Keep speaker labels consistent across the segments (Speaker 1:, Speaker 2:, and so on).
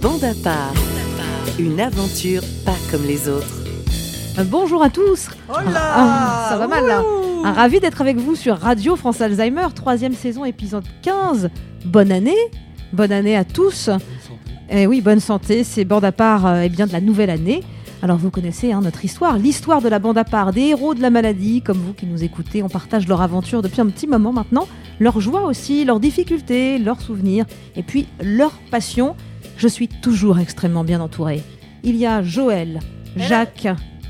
Speaker 1: Bande à part. Une aventure pas comme les autres.
Speaker 2: Euh, Bonjour à tous
Speaker 3: Oh
Speaker 2: Ah, Ça va mal là Un Ravi d'être avec vous sur Radio France Alzheimer, troisième saison, épisode 15. Bonne année Bonne année à tous Et oui, bonne santé, c'est bande à part euh, eh bien, de la nouvelle année. Alors vous connaissez hein, notre histoire, l'histoire de la bande à part, des héros de la maladie, comme vous qui nous écoutez, on partage leur aventure depuis un petit moment maintenant, leur joie aussi, leurs difficultés, leurs souvenirs, et puis leur passion. Je suis toujours extrêmement bien entourée. Il y a Joël, Jacques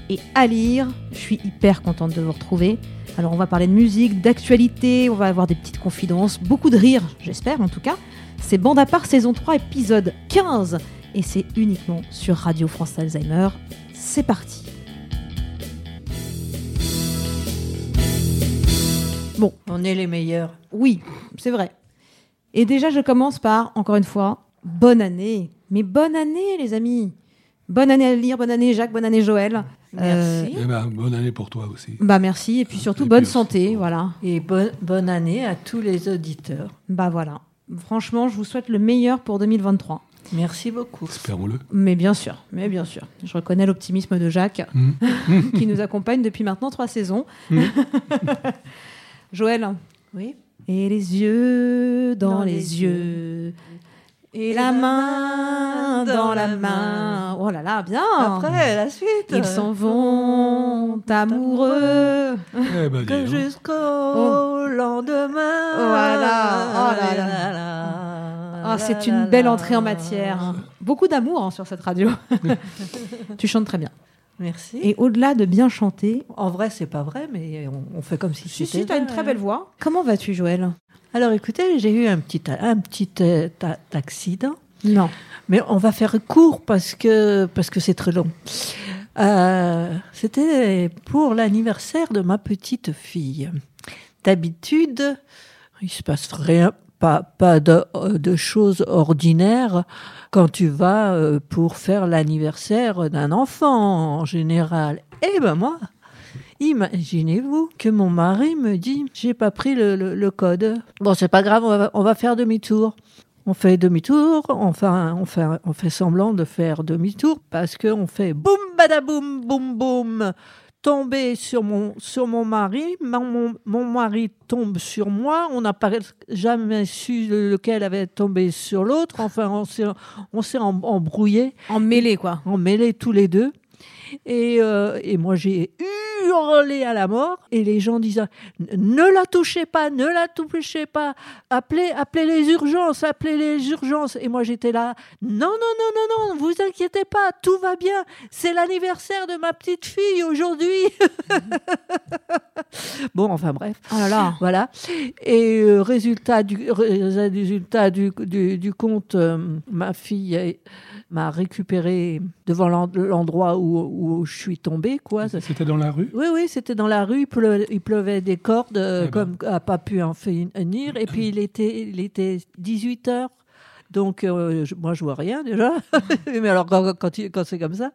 Speaker 2: et Alire. Je suis hyper contente de vous retrouver. Alors on va parler de musique, d'actualité, on va avoir des petites confidences, beaucoup de rire, j'espère en tout cas. C'est Bande à part saison 3 épisode 15 et c'est uniquement sur Radio France Alzheimer. C'est parti. Bon,
Speaker 3: On est les meilleurs.
Speaker 2: oui, c'est vrai. Et déjà, je commence par, encore une fois, bonne année. Mais bonne année, les amis. Bonne année à lire, bonne année Jacques, bonne année Joël. Euh,
Speaker 3: Merci.
Speaker 4: Eh ben, bonne année pour toi aussi.
Speaker 2: Bah merci et puis surtout
Speaker 4: Et
Speaker 2: bonne
Speaker 4: puis,
Speaker 2: santé,
Speaker 4: euh,
Speaker 2: voilà.
Speaker 3: Et bonne, bonne année à tous les auditeurs.
Speaker 2: Bah voilà. Franchement, je vous souhaite le meilleur pour 2023.
Speaker 3: Merci beaucoup.
Speaker 4: Espérons-le.
Speaker 2: Mais bien sûr, mais bien sûr. Je reconnais l'optimisme de Jacques
Speaker 4: Mhm.
Speaker 2: qui nous accompagne depuis maintenant trois saisons.
Speaker 4: Mhm.
Speaker 2: Joël.
Speaker 3: Oui.
Speaker 2: Et les yeux dans,
Speaker 3: Dans
Speaker 2: les,
Speaker 3: les
Speaker 2: yeux. Et la main dans la main. Oh là là, bien.
Speaker 3: Après, la suite.
Speaker 2: Ils s'en vont amoureux.
Speaker 4: Eh ben, dis
Speaker 3: Que
Speaker 4: donc.
Speaker 3: jusqu'au
Speaker 2: Oh.
Speaker 3: lendemain.
Speaker 2: Voilà. Oh là là.
Speaker 3: là.
Speaker 2: Ah, c'est
Speaker 3: là
Speaker 2: une belle
Speaker 3: là.
Speaker 2: entrée en matière. Beaucoup d'amour hein, sur cette radio. tu chantes très bien.
Speaker 3: Merci.
Speaker 2: Et au-delà de bien chanter,
Speaker 3: En vrai, c'est pas vrai, mais on, on fait comme si
Speaker 2: si,
Speaker 3: c'était
Speaker 2: si, t'as une
Speaker 3: vrai.
Speaker 2: très belle voix. Comment vas-tu, Joël
Speaker 3: Alors, écoutez, j'ai eu un petit, a- un petit euh, ta- accident.
Speaker 2: Non.
Speaker 3: Mais on va faire court parce que parce que c'est très long. Euh, C'était pour l'anniversaire de ma petite fille. D'habitude, il se passe rien, pas pas de, de choses ordinaires quand tu vas euh, pour faire l'anniversaire d'un enfant en général. Eh ben moi. Imaginez-vous que mon mari me dit j'ai pas pris le, le- le code. Bon c'est pas grave on va- on va faire demi-tour. On fait demi-tour, on fait, un- on, fait, un- on fait semblant de faire demi-tour parce qu'on fait boum, badaboum, boum, boum. Tomber sur mon, sur mon mari, mon, mon- mon mari tombe sur moi, on n'a pas jamais su lequel avait tombé sur l'autre, enfin on s'est on s'est em- embrouillé
Speaker 2: En mêlée, quoi.
Speaker 3: emmêlés hein, tous les deux. Et, euh, et moi, j'ai hurlé à la mort. Et les gens disaient Ne la touchez pas, ne la touchez pas. Appelez, appelez les urgences, appelez les urgences. Et moi, j'étais là Non, non, non, non, non, vous inquiétez pas, tout va bien. C'est l'anniversaire de ma petite fille aujourd'hui. bon, enfin, bref.
Speaker 2: Oh là là.
Speaker 3: Voilà. Et euh, résultat du ré- résultat du, du, du compte, euh, ma fille euh, m'a récupéré devant l'en- l'endroit où, où je suis tombée, quoi.
Speaker 4: C'était dans la rue
Speaker 3: Oui, oui, c'était dans la rue, il pleuvait, il pleuvait des cordes, euh,
Speaker 4: Eh ben.
Speaker 3: comme a pas pu en finir. Et puis il était, il était 18 heures. Donc, euh, je- moi, je vois rien déjà. Mais alors, quand, quand, il- quand c'est comme ça.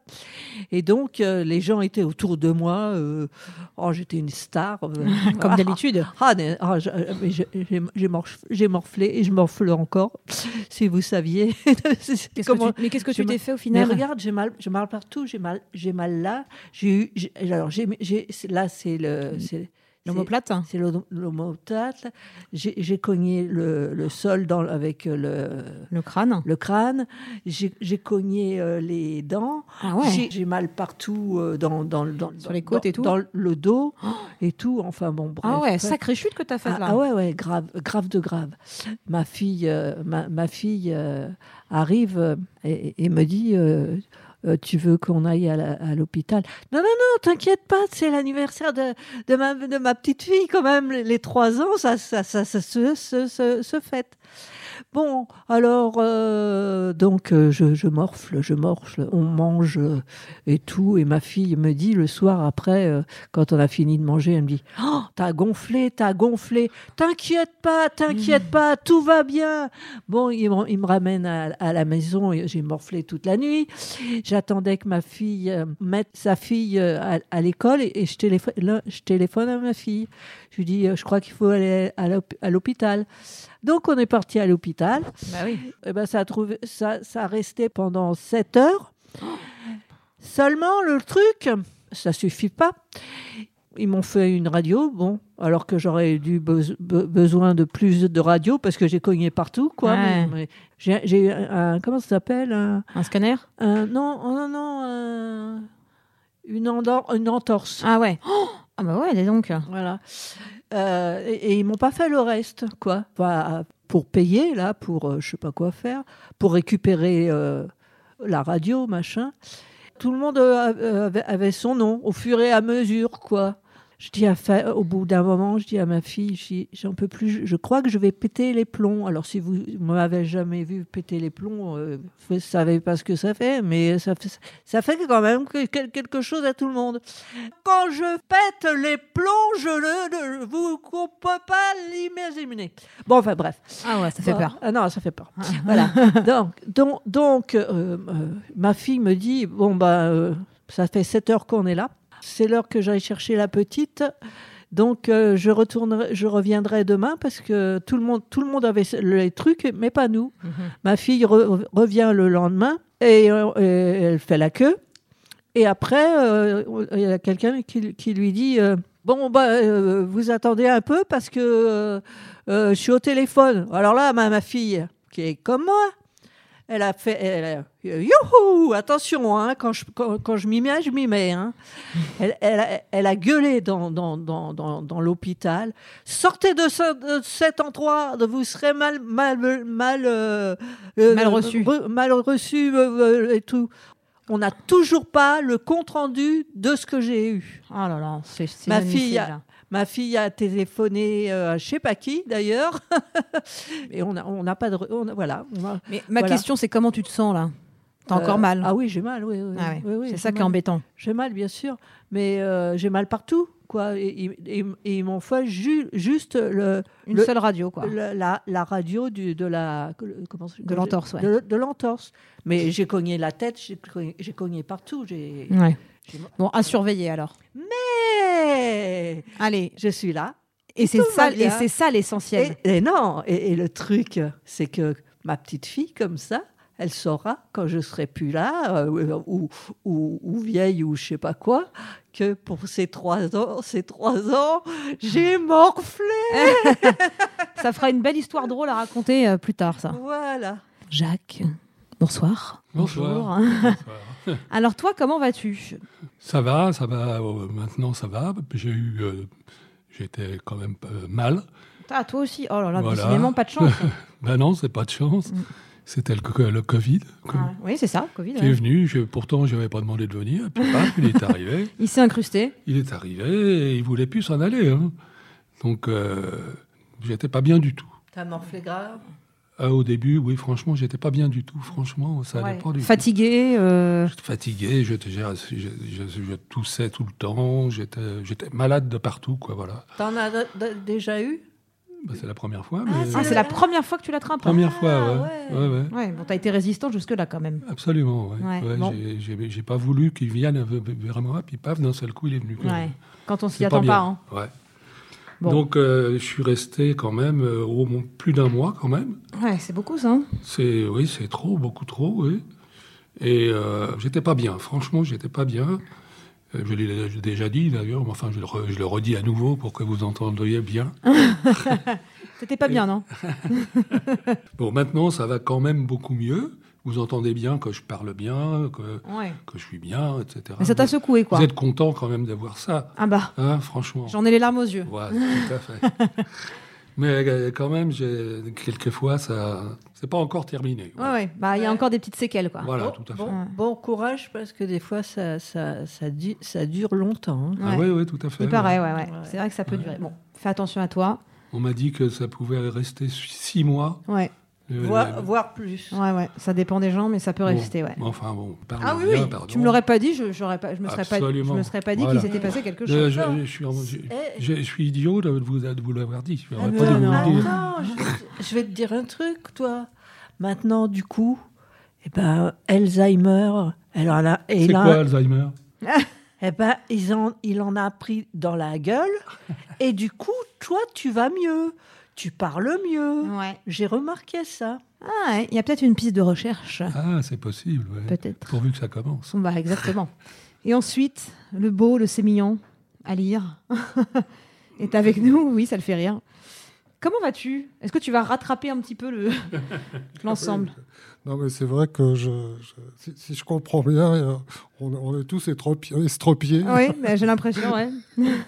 Speaker 3: Et donc, euh, les gens étaient autour de moi. euh, oh, j'étais une star. euh,
Speaker 2: Comme
Speaker 3: ah,
Speaker 2: d'habitude.
Speaker 3: ah, mais- ah, je- euh, mais je- j'ai j'ai morf- j'ai morflé et je morfle encore, si vous saviez.
Speaker 2: Qu'est-ce
Speaker 3: Comment-
Speaker 2: que tu- Mais qu'est-ce que
Speaker 3: je
Speaker 2: tu
Speaker 3: me-
Speaker 2: t'es fait au
Speaker 3: mais
Speaker 2: final
Speaker 3: regarde, j'ai mal, j'ai mal partout, j'ai mal, j'ai mal là. J'ai eu, j'ai- alors j'ai, j'ai- c'est- là c'est le, c'est, c'est-
Speaker 2: L'homoplate
Speaker 3: c'est l'homo- l'homoplate. J'ai, j'ai cogné le, le sol dans, avec euh, le,
Speaker 2: Le crâne
Speaker 3: le crâne. J'ai, j'ai cogné euh, les dents.
Speaker 2: Ah ouais.
Speaker 3: J'ai- J'ai mal partout euh, dans, dans, dans,
Speaker 2: Sur
Speaker 3: dans-
Speaker 2: les côtes et tout
Speaker 3: Dans le dos et tout. Enfin bon, bref.
Speaker 2: Ah ouais, sacrée chute que t'as faite
Speaker 3: Ah,
Speaker 2: là.
Speaker 3: ah ouais, ouais, grave, grave de grave. Ma fille, euh, ma, ma fille euh, arrive euh, et, et me dit. euh, euh, tu veux qu'on aille à la- à l'hôpital Non, non, non, t'inquiète pas, c'est l'anniversaire de, de, ma, de ma petite fille quand même, les- les trois ans, ça, ça, ça, ça se, se, se- se fête. Bon, alors, euh, donc, euh, je, je morfle, je morfle, on mange euh, et tout, et ma fille me dit le soir après, euh, quand on a fini de manger, elle me dit Oh, t'as gonflé, t'as gonflé. T'inquiète pas, t'inquiète pas, tout va bien. Bon, il me, il me ramène à, à la maison, et j'ai morflé toute la nuit. J'ai- j'attendais que ma fille euh, mette sa fille euh, à, à l'école et, et je, téléphone, là, je téléphone à ma fille. Je lui dis, euh, je crois qu'il faut aller à l'hôp- à l'hôpital. Donc on est parti à l'hôpital.
Speaker 2: Bah oui.
Speaker 3: Eh ben, ça, a trouvé, ça, ça a resté pendant 7 heures. Seulement, le truc, ça suffit pas. Ils m'ont fait une radio, bon, alors que j'aurais eu beso- be- besoin de plus de radio parce que j'ai cogné partout, quoi.
Speaker 2: Ouais.
Speaker 3: Mais- mais j'ai- J'ai un, comment ça s'appelle un,
Speaker 2: Un scanner
Speaker 3: un- Non, oh non, non, un- une, endor- une entorse.
Speaker 2: Ah ouais. Oh ah bah ouais, dis donc.
Speaker 3: Voilà. Euh, et, et ils m'ont pas fait le reste, quoi. Enfin, pour payer, là, pour euh, je sais pas quoi faire, pour récupérer euh, la radio, machin. Tout le monde euh, euh, avait, avait son nom, au fur et à mesure, quoi. Je dis à fa- au bout d'un moment, je dis à ma fille, je dis, j'en peux plus, je, je crois que je vais péter les plombs. Alors si vous m'avez jamais vu péter les plombs, euh, vous savez pas ce que ça fait, mais ça fait, ça fait quand même que- quel- quelque chose à tout le monde. Quand je pète les plombs, je le, le- vous qu'on peut pas l'imaginer. Bon, enfin bref.
Speaker 2: Ah ouais, ça fait
Speaker 3: Bon,
Speaker 2: peur.
Speaker 3: Ah non, ça fait peur. voilà. Donc, donc, donc, euh, euh, ma fille me dit bon bah euh, ça fait 7 heures qu'on est là. C'est l'heure que j'aille chercher la petite. Donc euh, je retournerai, je reviendrai demain parce que tout le monde, tout le monde avait les trucs, mais pas nous.
Speaker 2: Mhm.
Speaker 3: Ma fille re- revient le lendemain et, euh, et elle fait la queue. Et après, euh, il y a quelqu'un qui, qui lui dit euh, Bon, bah, euh, vous attendez un peu parce que euh, euh, je suis au téléphone. Alors là, ma, ma fille, qui est comme moi, elle a fait elle a- euh, Youhou Attention, hein, quand je, quand, quand je m'y mets, je m'y mets. hein. Elle, elle a, elle a gueulé dans, dans, dans, dans, dans l'hôpital. Sortez de, ce- de cet endroit, vous serez mal, mal, mal, euh, euh,
Speaker 2: Mal reçu.
Speaker 3: re- mal reçu euh, euh, et tout. On n'a toujours pas le compte rendu de ce que j'ai eu.
Speaker 2: Oh là là, c'est c'est
Speaker 3: Ma fille a-
Speaker 2: inadmissible.
Speaker 3: Ma fille a téléphoné euh, à je sais pas qui d'ailleurs, et on n'a on n'a pas de re- on a- voilà. on a-
Speaker 2: Mais ma
Speaker 3: Voilà.
Speaker 2: question, c'est comment tu te sens là T'as encore
Speaker 3: euh,
Speaker 2: mal
Speaker 3: Ah oui, j'ai mal. Oui, oui,
Speaker 2: Ah ouais,
Speaker 3: oui, oui,
Speaker 2: c'est
Speaker 3: j'ai
Speaker 2: ça qui est
Speaker 3: mal.
Speaker 2: embêtant.
Speaker 3: J'ai mal, bien sûr, mais euh, j'ai mal partout, quoi. Et, et- et- et ils m'ont fait ju- juste le,
Speaker 2: Une
Speaker 3: Le-
Speaker 2: seule radio, quoi.
Speaker 3: le- la, la radio du, de la comment
Speaker 2: De l'entorse, ouais.
Speaker 3: de, de l'entorse. Mais j'ai cogné la tête, j'ai cogné, j'ai cogné partout. J'ai.
Speaker 2: Ouais.
Speaker 3: j'ai mal.
Speaker 2: Bon, à surveiller alors.
Speaker 3: Hey
Speaker 2: Allez,
Speaker 3: Eh, je suis là.
Speaker 2: et c'est
Speaker 3: Tout
Speaker 2: ça,
Speaker 3: va bien.
Speaker 2: et c'est ça l'essentiel.
Speaker 3: Et, et non, et, et le truc, c'est que ma petite fille, comme ça, elle saura quand je serai plus là, euh, ou, ou- ou vieille, ou je sais pas quoi, que pour ces trois ans, ces trois ans, j'ai morflé.
Speaker 2: Ça fera une belle histoire drôle à raconter euh, plus tard, ça.
Speaker 3: Voilà.
Speaker 2: Jacques, bonsoir.
Speaker 4: Bonsoir. Bonsoir.
Speaker 2: Alors toi, comment vas-tu
Speaker 4: Ça va, ça va. euh, maintenant, ça va. J'ai eu, euh, j'étais quand même euh, mal.
Speaker 2: Ah, toi aussi. Oh là là,
Speaker 4: Voilà.
Speaker 2: décidément pas de chance.
Speaker 4: Ben non, c'est pas de chance.
Speaker 2: Mm.
Speaker 4: C'était le, co- le Covid co-
Speaker 2: Ah, oui, c'est ça, Covid.
Speaker 4: qui
Speaker 2: ouais.
Speaker 4: est venu. Je, pourtant, je n'avais pas demandé de venir. Et puis, paf, il est arrivé.
Speaker 2: Il s'est incrusté.
Speaker 4: Il est arrivé et il voulait plus s'en aller. hein. Donc, euh, j'étais pas bien du tout.
Speaker 3: T'as morflé grave
Speaker 4: Ah, au début, oui, franchement, j'étais pas bien du tout. Franchement, ça allait
Speaker 2: Ouais.
Speaker 4: pas du tout.
Speaker 2: Fatigué. euh,
Speaker 4: J'étais fatigué, j'étais- j'ai- je, je- je toussais tout le temps, j'étais j'étais malade de partout, quoi, voilà.
Speaker 3: T'en as de- de- déjà eu
Speaker 4: Bah, c'est la première fois, mais...
Speaker 3: Ah,
Speaker 2: Ah, c'est la première fois que tu l'attrapes. hein.
Speaker 4: première fois, ouais.
Speaker 3: Ah, ouais.
Speaker 4: Ouais, ouais.
Speaker 2: Ouais, bon, t'as été résistant jusque-là quand même.
Speaker 4: Absolument, ouais.
Speaker 2: Ouais,
Speaker 4: Ouais,
Speaker 2: bon.
Speaker 4: j'ai- j'ai- J'ai pas voulu qu'il vienne v- v- vers moi, puis paf, d'un seul coup, il est venu. quoi.
Speaker 2: Ouais. Quand on s'y
Speaker 4: C'est
Speaker 2: attend
Speaker 4: bien.
Speaker 2: pas. hein.
Speaker 4: Ouais.
Speaker 2: Bon.
Speaker 4: Donc, euh, je suis resté quand même euh, au moins plus d'un mois, quand même.
Speaker 2: Ouais, c'est beaucoup ça. hein.
Speaker 4: C'est oui, c'est trop, beaucoup trop, oui. Et euh, j'étais pas bien. Franchement, j'étais pas bien. Euh, Je l'ai je l'ai déjà dit d'ailleurs, mais enfin je le, re- je le redis à nouveau pour que vous entendiez bien.
Speaker 2: C'était pas bien, non
Speaker 4: Bon, maintenant ça va quand même beaucoup mieux. Vous entendez bien que je parle bien, que,
Speaker 2: Ouais.
Speaker 4: que je suis bien, etc.
Speaker 2: Mais ça t'a
Speaker 4: vous,
Speaker 2: secoué, quoi.
Speaker 4: vous êtes content quand même d'avoir ça,
Speaker 2: Ah bah,
Speaker 4: hein, franchement.
Speaker 2: j'en ai les larmes aux yeux.
Speaker 4: Ouais, tout à fait. Mais euh, quand même, j'ai- quelquefois ça, c'est pas encore terminé.
Speaker 2: Ouais, ouais. Bah, il y a
Speaker 3: Ouais.
Speaker 2: encore des petites séquelles, quoi.
Speaker 4: Voilà,
Speaker 3: bon,
Speaker 4: Ah, tout à fait.
Speaker 3: bon,
Speaker 2: Ouais.
Speaker 3: bon courage, parce que des fois, ça, ça, ça, du- ça dure longtemps. hein.
Speaker 4: Ah
Speaker 2: Ouais.
Speaker 4: oui, oui, tout à fait.
Speaker 2: Il paraît, ouais, ouais.
Speaker 3: Ouais.
Speaker 2: C'est vrai que ça peut durer. Bon, fais attention à toi.
Speaker 4: On m'a dit que ça pouvait rester six mois.
Speaker 2: Ouais,
Speaker 4: le-
Speaker 3: Voir,
Speaker 4: le-
Speaker 3: voire plus.
Speaker 2: ouais, ouais. Ça dépend des gens, mais ça peut
Speaker 4: Bon,
Speaker 2: rester, ouais.
Speaker 4: Enfin bon, parle
Speaker 2: Ah oui,
Speaker 4: bien,
Speaker 2: oui.
Speaker 4: pardon.
Speaker 2: Tu me l'aurais pas dit, je, j'aurais pas, je me serais pas, je
Speaker 4: Absolument.
Speaker 2: me serais pas hein. dit
Speaker 4: Voilà.
Speaker 2: qu'il s'était passé quelque chose.
Speaker 4: Je, je- je suis, en- je-
Speaker 3: Eh,
Speaker 4: je- je suis idiot de vous, de vous l'avoir dit.
Speaker 3: Ah
Speaker 4: Je n'aurais
Speaker 3: non,
Speaker 4: pas dû vous
Speaker 3: non,
Speaker 4: le dire.
Speaker 3: attends, je, je vais te dire un truc, toi. Maintenant, du coup, Eh ben, Alzheimer. Elle en a. et
Speaker 4: C'est
Speaker 3: là-
Speaker 4: quoi Alzheimer
Speaker 3: Eh ben, ils en- il en a pris dans la gueule. et du coup, toi, tu vas mieux. Tu parles mieux.
Speaker 2: Ouais.
Speaker 3: J'ai remarqué ça.
Speaker 2: Ah, ouais, il y a peut-être une piste de recherche.
Speaker 4: Ah, c'est possible. ouais.
Speaker 2: Peut-être.
Speaker 4: Pourvu que ça commence.
Speaker 2: Bah, exactement. Et ensuite, le beau, le sémillant, à lire, est avec nous. Oui, ça le fait rire. Comment vas-tu Est-ce que tu vas rattraper un petit peu le- l'ensemble
Speaker 5: Non, mais c'est vrai que je, je- si, si je comprends bien, euh, on, on est tous étropi- estropiés.
Speaker 2: Oui, bah, j'ai l'impression, ouais.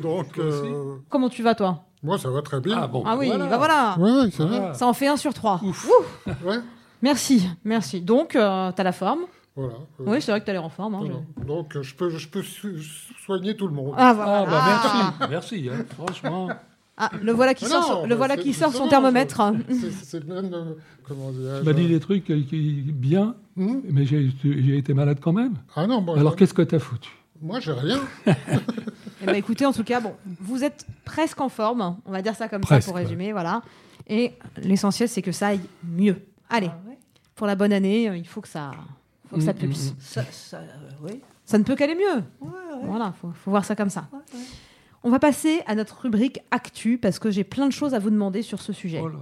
Speaker 5: Donc, euh,
Speaker 2: Comment tu vas, toi
Speaker 5: moi, ça va très bien.
Speaker 4: Ah bon.
Speaker 2: Ah oui,
Speaker 4: voilà.
Speaker 2: bah voilà
Speaker 5: Oui, oui, c'est vrai.
Speaker 4: Voilà.
Speaker 2: Ça en fait un sur trois.
Speaker 4: Ouf. Ah.
Speaker 5: Ouais,
Speaker 2: Merci, merci. Donc, euh, t'as la forme.
Speaker 5: voilà. Euh,
Speaker 2: Oui, c'est vrai que t'as l'air en forme. hein,
Speaker 5: voilà.
Speaker 2: je-
Speaker 5: Donc, euh, je peux, je peux so- soigner tout le monde.
Speaker 2: Ah,
Speaker 4: Ah,
Speaker 2: voilà.
Speaker 4: bah merci, merci, hein, franchement.
Speaker 2: Ah, le voilà qui
Speaker 5: Mais
Speaker 2: sort,
Speaker 5: non,
Speaker 2: son- le
Speaker 4: bah,
Speaker 5: mais
Speaker 2: voilà
Speaker 5: c'est-
Speaker 2: qui sort son
Speaker 5: justement,
Speaker 2: thermomètre.
Speaker 5: C'est c'est le même. euh, Comment
Speaker 4: Tu
Speaker 5: dire
Speaker 4: m'as dit des trucs euh, qui, bien,
Speaker 5: Hmm
Speaker 4: mais j'ai j'ai été malade quand même.
Speaker 5: Ah non, moi,
Speaker 4: Alors
Speaker 5: je-
Speaker 4: qu'est-ce que t'as foutu
Speaker 5: moi, j'ai rien.
Speaker 2: Eh ben, écoutez, en tout cas, bon, vous êtes presque en forme, on va dire ça comme
Speaker 4: Presque,
Speaker 2: ça pour résumer, voilà. Et l'essentiel, c'est que ça aille mieux.
Speaker 3: Ah
Speaker 2: Allez, pour la bonne année, euh, il faut que ça, faut que ça
Speaker 4: Mm,
Speaker 2: pulse.
Speaker 3: Ça, ça, euh, oui.
Speaker 2: Ça ne peut qu'aller mieux.
Speaker 3: Ouais, ouais.
Speaker 2: Voilà, faut, faut voir ça comme ça. On va passer à notre rubrique actu parce que j'ai plein de choses à vous demander sur ce sujet.
Speaker 4: Oh là.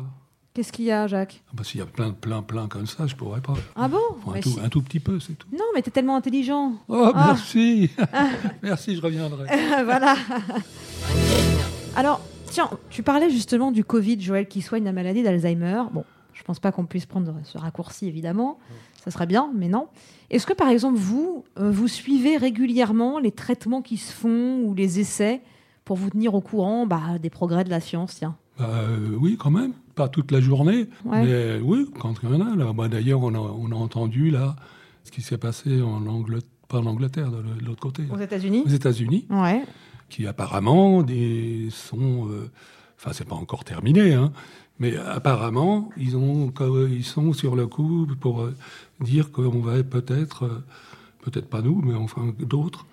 Speaker 2: Qu'est-ce qu'il y a, Jacques
Speaker 4: Ah bah, S'il y a plein, plein, plein comme ça, je pourrais pas.
Speaker 2: Ah bon
Speaker 4: Faut un,
Speaker 2: Mais
Speaker 4: tout, hein.
Speaker 2: si-
Speaker 4: un tout petit peu, c'est tout.
Speaker 2: Non, mais t'es tellement intelligent.
Speaker 4: Oh,
Speaker 2: Ah.
Speaker 4: merci Merci, je reviendrai.
Speaker 2: voilà. Alors, tiens, tu parlais justement du Covid, Joël, qui soigne la maladie d'Alzheimer. Bon, je pense pas qu'on puisse prendre ce raccourci, évidemment. Ça serait bien, mais non. Est-ce que, par exemple, vous, euh, vous suivez régulièrement les traitements qui se font ou les essais pour vous tenir au courant bah, des progrès de la science tiens
Speaker 4: Bah, euh, oui, quand même. Pas toute la journée,
Speaker 2: Ouais.
Speaker 4: mais euh, oui, quand il y en a. là. Bah, D'ailleurs, on a, on a entendu là ce qui s'est passé en Angleterre, pas en Angleterre, de l- de l'autre côté,
Speaker 2: Aux États-Unis
Speaker 4: aux États-Unis,
Speaker 2: Ouais.
Speaker 4: qui apparemment des, sont. euh, Enfin, c'est pas encore terminé, hein, mais apparemment, ils, ont, co- ils sont sur le coup pour euh, dire qu'on va peut-être, euh, peut-être pas nous, mais enfin d'autres,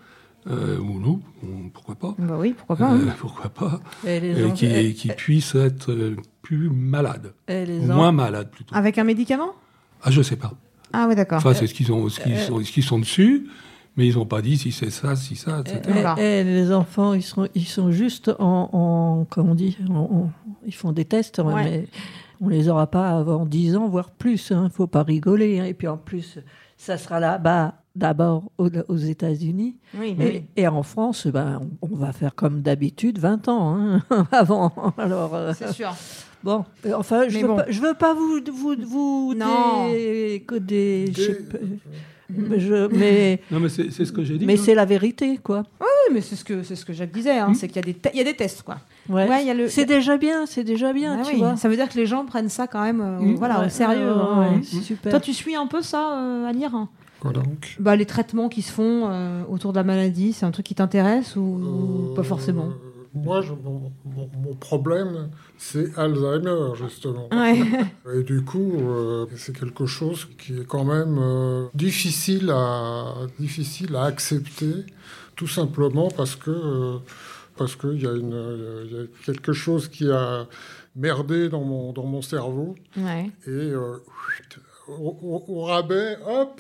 Speaker 4: euh, ou nous, on- pourquoi pas.
Speaker 2: Bah oui, pourquoi pas. hein.
Speaker 4: euh, pourquoi pas
Speaker 3: Et les
Speaker 4: et
Speaker 3: Ang-
Speaker 4: qui,
Speaker 3: et-
Speaker 2: euh,
Speaker 4: qui puisse être euh, plus malade,
Speaker 3: et les
Speaker 4: ou
Speaker 3: Ang-
Speaker 4: moins malade plutôt.
Speaker 2: Avec un médicament
Speaker 4: Ah, je sais pas.
Speaker 2: Ah oui, d'accord.
Speaker 4: Enfin, c'est ce qu'ils ont, ce
Speaker 2: euh,
Speaker 4: qu'ils sont, ce qu'ils sont dessus, mais ils n'ont pas dit si c'est ça, si ça,
Speaker 3: et-
Speaker 4: etc.
Speaker 2: Voilà.
Speaker 3: et- et Eh, les enfants, ils sont, ils sont juste en, en- comment on dit, en- en- ils font des tests, hein,
Speaker 2: Ouais.
Speaker 3: mais on les aura pas avant 10 ans, voire plus. Il faut pas rigoler. hein. Et puis en plus, ça sera là-bas, d'abord aux, aux États-Unis,
Speaker 2: Oui,
Speaker 3: et, et en France, ben, on, on va faire comme d'habitude, 20 ans hein, avant. Alors euh,
Speaker 2: c'est sûr.
Speaker 3: bon, euh, enfin, je
Speaker 2: Mais
Speaker 3: veux,
Speaker 2: bon.
Speaker 3: pas, je veux pas vous vous vous
Speaker 2: Non.
Speaker 3: dé- que des, je sais pas,
Speaker 5: Des-
Speaker 3: je- mais
Speaker 2: Euh,
Speaker 4: Non, mais c'est c'est ce que j'ai dit. hein.
Speaker 3: mais
Speaker 4: non
Speaker 3: c'est la vérité, quoi.
Speaker 2: Oui, mais c'est ce que, c'est ce que Jacques disait, hein, c'est qu'il y a, des te- il y a des tests, quoi.
Speaker 3: Ouais.
Speaker 2: Ouais, il y a le-
Speaker 3: C'est déjà bien, c'est déjà bien,
Speaker 2: Ah
Speaker 3: tu
Speaker 2: oui,
Speaker 3: vois.
Speaker 2: Ça veut dire que les gens prennent ça quand même euh,
Speaker 4: Mmh.
Speaker 2: voilà, au
Speaker 3: Ouais,
Speaker 2: sérieux.
Speaker 3: ouais,
Speaker 2: hein.
Speaker 3: ouais,
Speaker 4: Mmh.
Speaker 3: super.
Speaker 2: Toi, tu suis un peu ça euh, à lire hein
Speaker 5: Quoi donc
Speaker 2: bah, Les traitements qui se font euh, autour de la maladie, c'est un truc qui t'intéresse ou
Speaker 5: Euh,
Speaker 2: pas forcément
Speaker 5: Moi, je- mon, mon- mon problème, c'est Alzheimer, justement.
Speaker 2: Ouais.
Speaker 5: Et du coup, euh, c'est quelque chose qui est quand même euh, difficile, à, difficile à accepter, tout simplement parce que euh, parce qu'il y, a une, euh, il y a quelque chose qui a merdé dans mon, dans mon cerveau.
Speaker 2: ouais.
Speaker 5: Et euh, chut, au, au- au rabais, hop,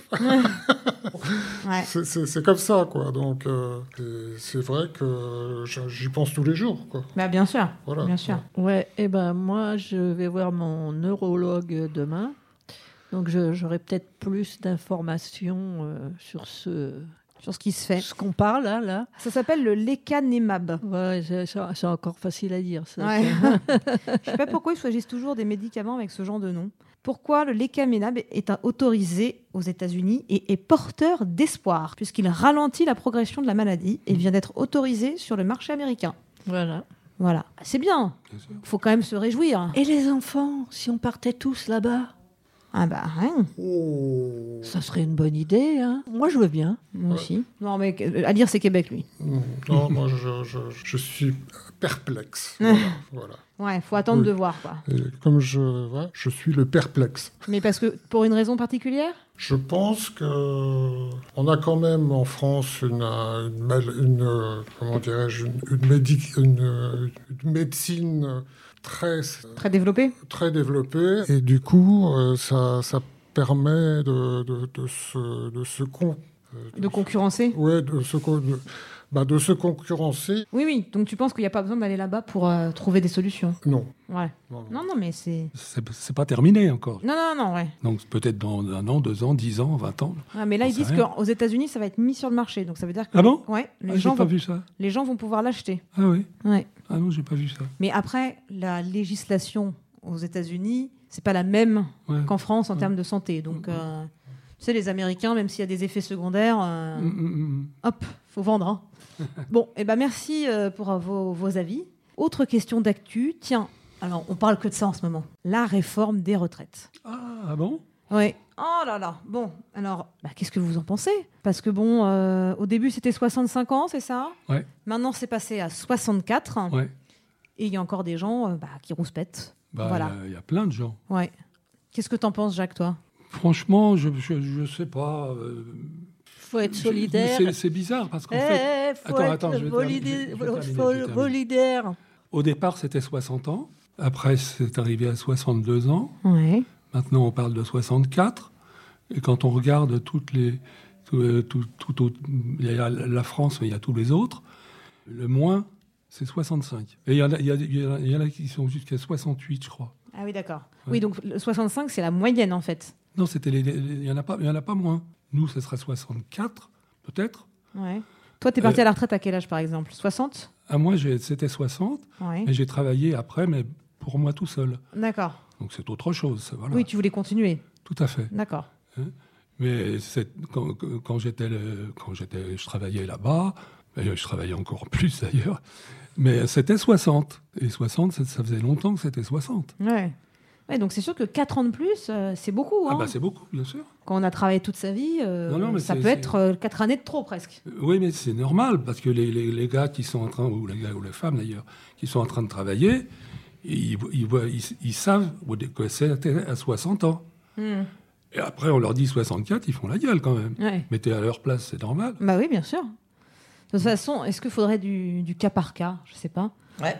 Speaker 2: ouais.
Speaker 5: c'est- c'est c'est comme ça, quoi. Donc, euh, c'est- c'est vrai que j'en- j'y pense tous les jours, quoi.
Speaker 2: Bah, bien sûr.
Speaker 5: Voilà.
Speaker 2: Bien sûr.
Speaker 3: Ouais, et ben moi, je vais voir mon neurologue demain. Donc je- j'aurai peut-être plus d'informations euh, sur ce,
Speaker 2: Sur ce qui se fait.
Speaker 3: ce qu'on parle hein, là.
Speaker 2: Ça s'appelle le lecanemab.
Speaker 3: Ouais, c'est- c'est c'est encore facile à dire ça.
Speaker 2: Ouais. Je sais pas pourquoi ils choisissent toujours des médicaments avec ce genre de nom. Pourquoi le lecanemab est un- autorisé aux États-Unis et est porteur d'espoir, puisqu'il ralentit la progression de la maladie et vient d'être autorisé sur le marché américain.
Speaker 3: Voilà.
Speaker 2: Voilà, c'est bien.
Speaker 4: Bien sûr.
Speaker 2: Faut quand même se réjouir.
Speaker 3: Et les enfants, si on partait tous là-bas,
Speaker 2: Ah bah, hein,
Speaker 5: Oh.
Speaker 3: ça serait une bonne idée. hein. Moi, je veux bien.
Speaker 2: moi aussi. Non mais euh, à dire c'est Québec lui.
Speaker 5: Non, moi, je, je- je suis perplexe. Voilà, voilà.
Speaker 2: Ouais, faut attendre
Speaker 5: Oui.
Speaker 2: de voir quoi.
Speaker 5: Et comme je, ouais, je suis le perplexe.
Speaker 2: Mais parce que pour une raison particulière
Speaker 5: Je pense que on a quand même en France une, euh, une, mal- une, euh, comment dirais-je une, une médic- une, euh, une médecine très
Speaker 2: Très développée
Speaker 5: très développée et du coup euh, ça, ça permet de, de, de se, de se con- euh,
Speaker 2: De concurrencer
Speaker 5: ouais, de se con- de- bah, de se concurrencer.
Speaker 2: Oui, oui. Donc tu penses qu'il n'y a pas besoin d'aller là-bas pour euh, trouver des solutions
Speaker 5: Non.
Speaker 2: Ouais.
Speaker 5: Non, non.
Speaker 2: Non, non, mais c'est.
Speaker 4: C'est c'est pas terminé encore.
Speaker 2: Non, non, non, ouais.
Speaker 4: Donc peut-être dans un an, deux ans, dix ans, vingt ans.
Speaker 2: Ah, mais là,
Speaker 4: J'en
Speaker 2: ils
Speaker 4: sais
Speaker 2: disent
Speaker 4: rien.
Speaker 2: qu'aux États-Unis, ça va être mis sur le marché. Donc ça veut dire que.
Speaker 4: Ah bon
Speaker 2: Ouais, les,
Speaker 4: Ah,
Speaker 2: gens
Speaker 4: j'ai pas
Speaker 2: vont,
Speaker 4: vu ça.
Speaker 2: les gens vont pouvoir l'acheter.
Speaker 4: Ah oui.
Speaker 2: Ouais.
Speaker 4: Ah non, j'ai pas vu ça.
Speaker 2: Mais après, la législation aux États-Unis, c'est pas la même
Speaker 4: Ouais.
Speaker 2: qu'en France en
Speaker 4: Ouais.
Speaker 2: termes de santé. Donc, euh, tu sais, les Américains, même s'il y a des effets secondaires, euh,
Speaker 4: Mm, mm, mm.
Speaker 2: hop, faut vendre. hein. bon, et ben merci euh, pour euh, vos, vos avis. Autre question d'actu. Tiens, alors on parle que de ça en ce moment. La réforme des retraites.
Speaker 4: Ah, ah bon
Speaker 2: Oui. Oh là là. Bon, alors, bah, qu'est-ce que vous en pensez Parce que bon, euh, au début c'était 65 ans, c'est ça
Speaker 4: Ouais.
Speaker 2: Maintenant c'est passé à 64.
Speaker 4: Ouais.
Speaker 2: Et il y a encore des gens euh, bah, qui rouspètent.
Speaker 4: Bah,
Speaker 2: Voilà.
Speaker 4: Il y a- il y, a plein de gens.
Speaker 2: Ouais. Qu'est-ce que t'en penses, Jacques, toi
Speaker 4: Franchement, je je, je sais pas. euh,
Speaker 3: faut être
Speaker 4: je-
Speaker 3: solidaire.
Speaker 4: c'est- C'est bizarre parce qu'en
Speaker 3: Eh,
Speaker 4: fait,
Speaker 3: eh, faut
Speaker 4: Attends,
Speaker 3: être
Speaker 4: attends, je vais
Speaker 3: volida-
Speaker 4: terminer, je vais
Speaker 3: vol-
Speaker 4: terminer,
Speaker 3: vol-
Speaker 4: je termine.
Speaker 3: volidaire.
Speaker 4: au départ, c'était 60 ans. Après, c'est arrivé à 62 ans.
Speaker 2: Ouais.
Speaker 4: Maintenant, on parle de 64. Et quand on regarde toutes les. Tout, euh, tout- tout au- il y a la France, mais il y a tous les autres. Le moins, c'est 65. Et il y en a, il y a- il y en a- il y en a qui sont jusqu'à 68, je crois.
Speaker 2: Ah oui, d'accord.
Speaker 4: Ouais.
Speaker 2: Oui, donc le 65, c'est la moyenne en fait.
Speaker 4: Non, c'était les- les- il n'y en, a pas- il y en a pas moins. Nous, ce sera 64, peut-être.
Speaker 2: Ouais. Toi, t'es parti
Speaker 4: Euh,
Speaker 2: à la retraite à quel âge, par exemple 60
Speaker 4: À Ah, moi, j'ai- c'était 60.
Speaker 2: Ouais.
Speaker 4: Et j'ai travaillé après, mais pour moi tout seul.
Speaker 2: D'accord.
Speaker 4: Donc c'est autre chose, ça, voilà.
Speaker 2: Oui, tu voulais continuer.
Speaker 4: Tout à fait.
Speaker 2: D'accord.
Speaker 4: Mais c'est- quand, quand j'étais, le- quand j'étais, je travaillais là-bas, et je travaillais encore plus d'ailleurs, mais c'était 60. Et 60, ça ça faisait longtemps que c'était 60.
Speaker 2: Ouais. Ouais, donc c'est sûr que 4 ans de plus, euh, c'est beaucoup.
Speaker 4: Ah
Speaker 2: hein.
Speaker 4: bah c'est beaucoup, bien sûr.
Speaker 2: Quand on a travaillé toute sa vie, euh,
Speaker 4: Non, non, mais
Speaker 2: ça
Speaker 4: c'est-
Speaker 2: peut
Speaker 4: c'est-
Speaker 2: être euh, quatre années de trop presque.
Speaker 4: Euh, Oui, mais c'est normal, parce que les, les- les gars qui sont en train, ou les gars ou les femmes d'ailleurs, qui sont en train de travailler, ils, ils voient- ils- ils savent au dé- que c'était à 60 ans.
Speaker 2: Hmm.
Speaker 4: Et après, on leur dit 64, ils font la gueule quand même.
Speaker 2: Ouais.
Speaker 4: Mettez à leur place, c'est normal.
Speaker 2: Bah oui, bien sûr. De toute façon, est-ce qu'il faudrait du, du cas par cas Je sais pas.
Speaker 1: Ouais.